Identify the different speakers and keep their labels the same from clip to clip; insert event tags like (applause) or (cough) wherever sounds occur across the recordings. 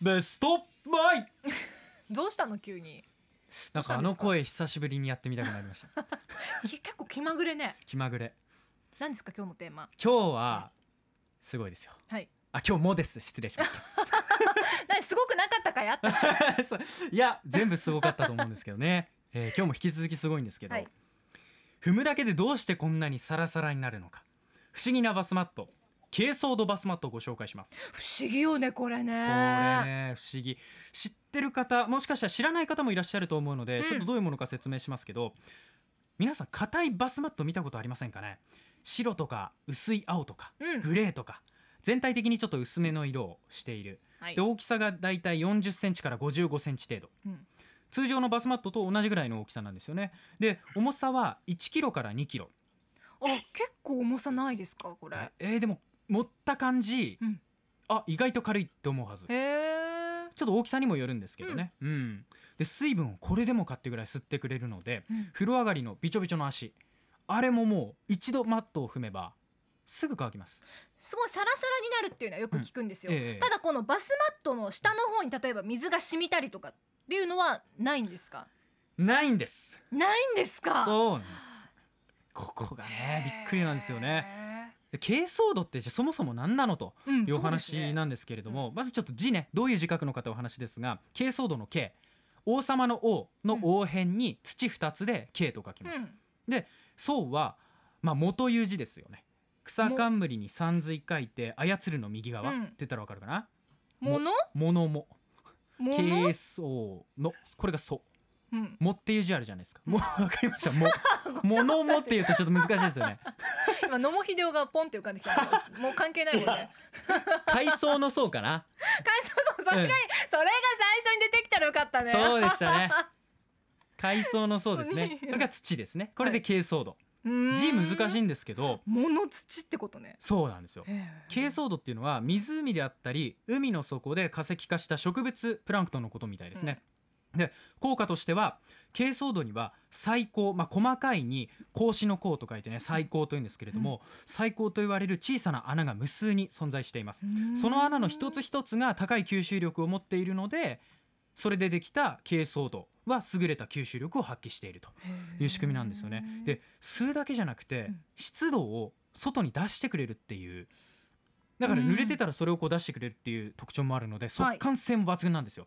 Speaker 1: ベストバイ
Speaker 2: どうしたの急に
Speaker 1: なんかあの声久しぶりにやってみたくなりました (laughs)
Speaker 2: き結構気まぐれね
Speaker 1: 気まぐれ
Speaker 2: 何ですか今日のテーマ
Speaker 1: 今日はすごいですよ
Speaker 2: はい
Speaker 1: あ今日もです失礼しまし
Speaker 2: 何すごくなかったかやった
Speaker 1: た (laughs) そういや全部すごかったと思うんですけどね、えー今日も引き続きすごいんですけど、
Speaker 2: はい
Speaker 1: 踏むだけでどうしてこんなにサラサラになるのか不思議なバスマット珪藻土バスマットをご紹介します
Speaker 2: 不思議よねこれ
Speaker 1: こ
Speaker 2: ね
Speaker 1: れね不思議知ってる方もしかしたら知らない方もいらっしゃると思うので、
Speaker 2: うん
Speaker 1: ちょっとどういうものか説明しますけど皆さん硬いバスマット見たことありませんかね白とか薄い青とか
Speaker 2: うん
Speaker 1: グレーとか、全体的にちょっと薄めの色をしている
Speaker 2: はい
Speaker 1: で大きさがだいたい4 0ンチから5 5ンチ程度
Speaker 2: うん
Speaker 1: 通常のバスマットと同じぐらいの大きさなんですよねで重さは1キロから2キロ
Speaker 2: あ結構重さないですかこれへ
Speaker 1: えーでも持った感じ、
Speaker 2: うん
Speaker 1: あ意外と軽いって思うはず
Speaker 2: え
Speaker 1: ちょっと大きさにもよるんですけどね、うんで水分をこれでもかってぐらい吸ってくれるので風呂上がりのびちょびちょの足あれももう一度マットを踏めばすぐ乾きます
Speaker 2: すごいサラサラになるっていうのはよく聞くんですよ、
Speaker 1: うんええ
Speaker 2: ただこのバスマットの下の方に例えば水が染みたりとかっていうのはないんですか
Speaker 1: ないんです
Speaker 2: ないんですかう
Speaker 1: そうなんですここがねびっくりなんですよね
Speaker 2: ね、
Speaker 1: で珪藻土ってじゃあそもそも何なのと
Speaker 2: うん
Speaker 1: いうお
Speaker 2: そうです
Speaker 1: 話
Speaker 2: ね
Speaker 1: なんですけれども、まずちょっと字ねどういう字覚の方お話ですが珪藻土の珪王様の王の王辺に土2つで珪と書きます、宋は、まあ、元いう字ですよね草冠に三髄書いて操るの右側、
Speaker 2: うん
Speaker 1: って言ったらわかるかな
Speaker 2: うん、もの
Speaker 1: 物も
Speaker 2: もの
Speaker 1: 軽層のこれがそう
Speaker 2: (laughs) うん、
Speaker 1: もっていう字あるじゃないですかもうわかりましたも物もっていうとちょっと難しいですよね
Speaker 2: 今野茂英雄がポンって浮かんできた
Speaker 1: (laughs)
Speaker 2: もう関係ないもんね
Speaker 1: 海藻の層かな
Speaker 2: 感想そうそれ
Speaker 1: うん
Speaker 2: がそれが最初に出てきたらよかったね
Speaker 1: そうでした
Speaker 2: (laughs)
Speaker 1: ね海藻の層ですね
Speaker 2: 何
Speaker 1: それが土ですねこれで珪藻土、字
Speaker 2: 字
Speaker 1: 難しい
Speaker 2: い
Speaker 1: んですけど
Speaker 2: もの土ってことね
Speaker 1: そうなんですよ珪
Speaker 2: う
Speaker 1: 藻土っていうのは湖であったり海の底で化石化した植物プランクトンのことみたいですね。で効果としては珪藻土には細胞、まあ、細かいに格子の孔と書いてね細胞というんですけれども、細胞と言われる小さな穴が無数に存在しています。その穴の一つ一つが高い吸収力を持っているのでそれでできた珪藻土は優れた吸収力を発揮しているという仕組みなんですよね。で吸うだけじゃなくて
Speaker 2: うん
Speaker 1: 湿度を外に出してくれるっていうだから
Speaker 2: うん
Speaker 1: 濡れてたらそれをこう出してくれるっていう特徴もあるので速乾性も抜群なんですよ、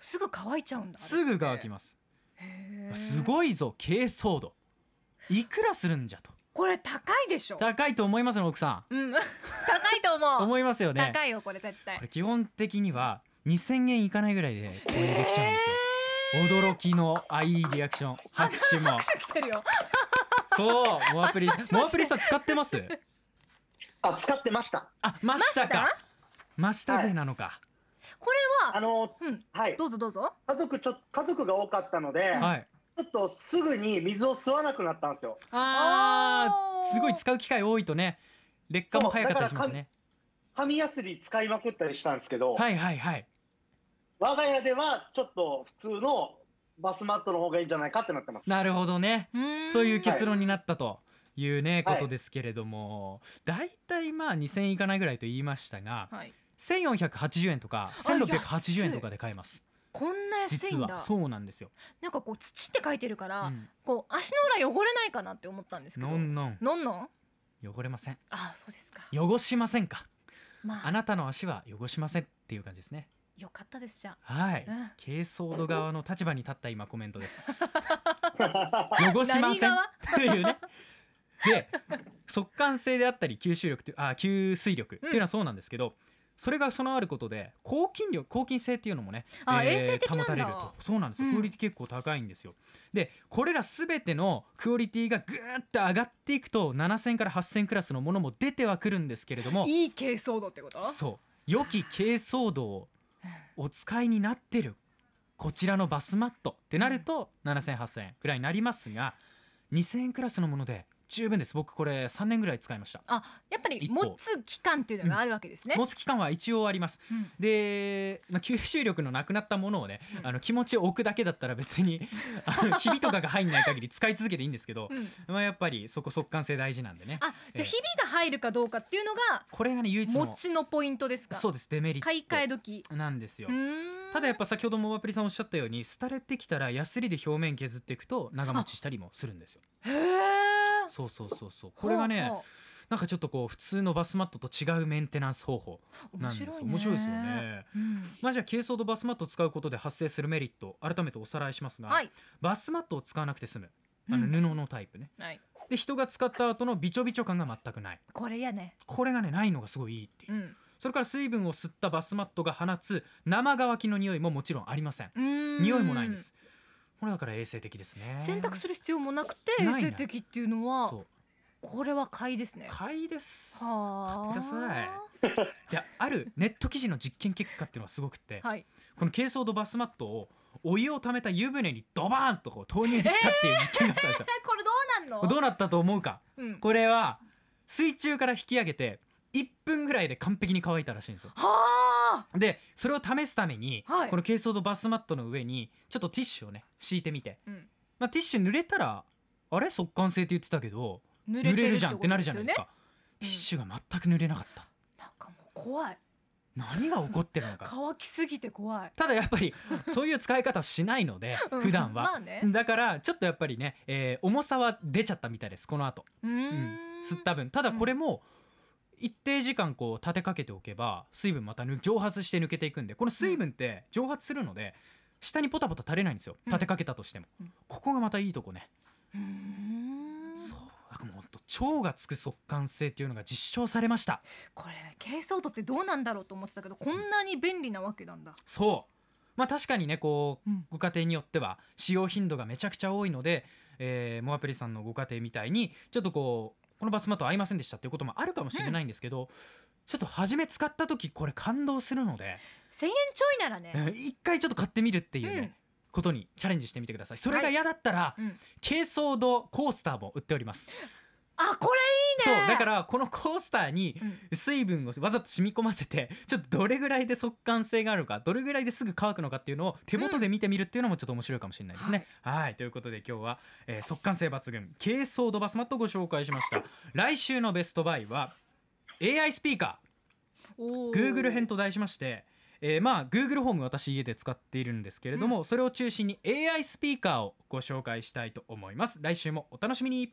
Speaker 2: すぐ乾いちゃうんだ
Speaker 1: すぐ乾き
Speaker 2: ま
Speaker 1: ます、すごいぞ珪藻土いくらするんじゃと
Speaker 2: これ高いでしょ
Speaker 1: 高いと思いますの奥さ
Speaker 2: うん (laughs) 高いと
Speaker 1: ん
Speaker 2: 思う
Speaker 1: (laughs) 思いますよね
Speaker 2: 高いよこれ絶対
Speaker 1: これ基本的には2000円いかないぐらいで購入できちゃうんですよ、驚きのあいいリアクション拍手
Speaker 2: (laughs)
Speaker 1: も
Speaker 2: 拍手来てるよ
Speaker 1: そうモアプリ
Speaker 2: あちょっと待って
Speaker 1: モアプリさん使ってます
Speaker 3: あ、使ってました。
Speaker 1: あましたかましたぜなのか、
Speaker 2: これ
Speaker 3: あの、
Speaker 2: うん
Speaker 3: はい。
Speaker 2: どうぞどうぞ
Speaker 3: 家族ちょ、家族が多かったので、
Speaker 1: はい
Speaker 3: ちょっとすぐに水を吸わなくなったんですよ。
Speaker 1: あ
Speaker 2: おー
Speaker 1: ーすごい使う機会多いとね劣化も早かったりしますね
Speaker 3: 紙やすり使いまくったりしたんですけど、
Speaker 1: はいはいはい
Speaker 3: 我が家ではちょっと普通のバスマットの方がいいんじゃないかってなってます。
Speaker 1: なるほどねそういう結
Speaker 2: 論
Speaker 1: 論になったというね、
Speaker 3: はい
Speaker 1: ことですけれども大体まあ2000いかないぐらいと言いましたが
Speaker 2: はい
Speaker 1: 1480円とか1680円とかで買えます
Speaker 2: こんな安い
Speaker 1: 実
Speaker 2: ん
Speaker 1: は
Speaker 2: だ
Speaker 1: そうなんですよ、
Speaker 2: なんかこう土って書いてるか
Speaker 1: う
Speaker 2: ら
Speaker 1: ん、
Speaker 2: こう足の裏汚れないかなって思ったんですけど
Speaker 1: のんのん
Speaker 2: のんのん
Speaker 1: 汚れません
Speaker 2: あそうですか
Speaker 1: 汚しませんか
Speaker 2: ま
Speaker 1: あなたの足は汚しませんっていう感じですね
Speaker 2: あよかったですじゃあ
Speaker 1: はい
Speaker 2: うん
Speaker 1: 軽装度側の立場に立った今コメントです
Speaker 3: (laughs) は
Speaker 1: 汚しません
Speaker 2: (laughs) 何側
Speaker 1: っていうねで速乾性であったり吸収力というあ吸水力っていうのはそうなんですけど、それが備わることで抗菌力抗菌性っていうのもね、
Speaker 2: あ衛生的なんだ
Speaker 1: 保たれるとそうなんですよ
Speaker 2: うん
Speaker 1: クオリティ結構高いんですよ、でこれら全てのクオリティがぐーっと上がっていくと7000から8000クラスのものも出てはくるんですけれども
Speaker 2: いい珪藻土ってこと
Speaker 1: そう良き軽装度をお使いになってるこちらのバスマットってなると70008000円くらいになりますが2000円クラスのもので十分です僕これ3年ぐらい使いました、
Speaker 2: あやっぱり
Speaker 1: 一個
Speaker 2: 持つ期間っていうのがあるわけですね、
Speaker 1: 持つ期間は一応あります
Speaker 2: うん
Speaker 1: で、まあ、吸収力のなくなったものをね、
Speaker 2: うん
Speaker 1: あの気持ちを置くだけだったら別に (laughs) あのひびとかが入んない限り使い続けていいんですけど、
Speaker 2: うん
Speaker 1: まあ、やっぱりそこ速乾性大事なんでね
Speaker 2: あじゃあひびが入るかどうかっていうのが
Speaker 1: これがね唯一
Speaker 2: 持
Speaker 1: の
Speaker 2: ちのポイントですか
Speaker 1: そうですデメリッ
Speaker 2: 買い替え
Speaker 1: ト
Speaker 2: 時
Speaker 1: なんですよ
Speaker 2: うーん
Speaker 1: ただやっぱ先ほどもワプリさんおっしゃったように廃れてきたらヤスリで表面削っていくと長持ちしたりもするんですよ
Speaker 2: へえ
Speaker 1: そうそうそうそうこれがねなんかちょっとこう普通のバスマットと違うメンテナンス方法な
Speaker 2: 面
Speaker 1: んです
Speaker 2: 白い
Speaker 1: よ
Speaker 2: ね
Speaker 1: 面白いですよね
Speaker 2: うん
Speaker 1: まあじゃあ珪藻土バスマットを使うことで発生するメリット改めておさらいしますが、
Speaker 2: はい
Speaker 1: バスマットを使わなくて済むあの
Speaker 2: うん
Speaker 1: 布のタイプね、
Speaker 2: はい
Speaker 1: で人が使った後のびちょびちょ感が全くない
Speaker 2: これやね
Speaker 1: これがねないのがすごいいいっていう、
Speaker 2: うん
Speaker 1: それから水分を吸ったバスマットが放つ生乾きの匂いももちろんありません
Speaker 2: うーん
Speaker 1: 匂いもないんですこれだから衛生的ですね
Speaker 2: 選択する必要もなくて
Speaker 1: ない
Speaker 2: 衛
Speaker 1: ない
Speaker 2: 生的っていうのは
Speaker 1: そう
Speaker 2: これは買いですね
Speaker 1: 買いです
Speaker 2: はあ
Speaker 1: 買ってくださいいやあるネット記事の実験結果っていうのがすごくって、
Speaker 2: はい
Speaker 1: この珪藻土バスマットをお湯をためた湯船にドバーンとこう投入したっていう実験があっ
Speaker 2: (laughs)
Speaker 1: たんですよ、
Speaker 2: えこれどうなんの
Speaker 1: どうなったと思うか
Speaker 2: うん
Speaker 1: これは水中から引き上げて1分ぐらいで完璧に乾いたらしいんですよ
Speaker 2: はあ
Speaker 1: でそれを試すために、
Speaker 2: はい
Speaker 1: この珪藻土バスマットの上にちょっとティッシュをね敷いてみて、
Speaker 2: うん
Speaker 1: まあ、ティッシュ濡れたらあれ速乾性って言ってたけど
Speaker 2: 濡
Speaker 1: 濡れる
Speaker 2: こ
Speaker 1: じゃん
Speaker 2: と
Speaker 1: ってなるじゃないです
Speaker 2: よね
Speaker 1: かティッシュが全く濡れなかった
Speaker 2: なんかもう怖い
Speaker 1: 何が起こってるのか
Speaker 2: 乾きすぎて怖い
Speaker 1: ただやっぱりそういう使い方をしないので
Speaker 2: うん
Speaker 1: 普段
Speaker 2: ま
Speaker 1: は。
Speaker 2: あね
Speaker 1: だからちょっとやっぱりね、えー重さは出ちゃったみたいですこの後、
Speaker 2: う
Speaker 1: う
Speaker 2: ー
Speaker 1: ん
Speaker 2: ん
Speaker 1: 吸った分ただこれも一定時間こう立てかけておけば水分またぬ蒸発して抜けていくんでこの水分って蒸発するので下にポタポタ垂れないんですよ
Speaker 2: うん
Speaker 1: 立てかけたとしても、
Speaker 2: うん
Speaker 1: ここがまたいいとこね、
Speaker 2: うーん
Speaker 1: そうだからもうほんと腸がつく速乾性っていうのが実証されました
Speaker 2: これ珪藻土ってどうなんだろうと思ってたけどこんなに便利なわけなんだ
Speaker 1: そうまあ確かにねこう
Speaker 2: うん
Speaker 1: ご家庭によっては使用頻度がめちゃくちゃ多いので、えー、モアプリさんのご家庭みたいにちょっとこうこのバスマット合いませんでしたっていうこともあるかもしれないんですけど、ちょっと初め使った時これ感動するので、
Speaker 2: 1000円ちょいなら
Speaker 1: う
Speaker 2: ね
Speaker 1: ん一回ちょっと買ってみるっていうね、
Speaker 2: うん
Speaker 1: ことにチャレンジしてみてくださいそれが嫌だったら、
Speaker 2: うん
Speaker 1: 珪藻土コースターも売っております、
Speaker 2: あこれいいね
Speaker 1: そうだからこのコースターに
Speaker 2: うん
Speaker 1: 水分をわざと染み込ませて (laughs) ちょっとどれぐらいで速乾性があるかどれぐらいですぐ乾くのかっていうのを手元で見てみるっていうのもちょっと面白いかもしれないですね。はいということで今日は、えー速乾性抜群珪藻土バスマットをご紹介しました来週のベストバイは AI スピーカ
Speaker 2: お
Speaker 1: ー
Speaker 2: ー
Speaker 1: Google 編と題しまして、えーまあ Google ホーム私家で使っているんですけれども、それを中心に AI スピーカーをご紹介したいと思います来週もお楽しみに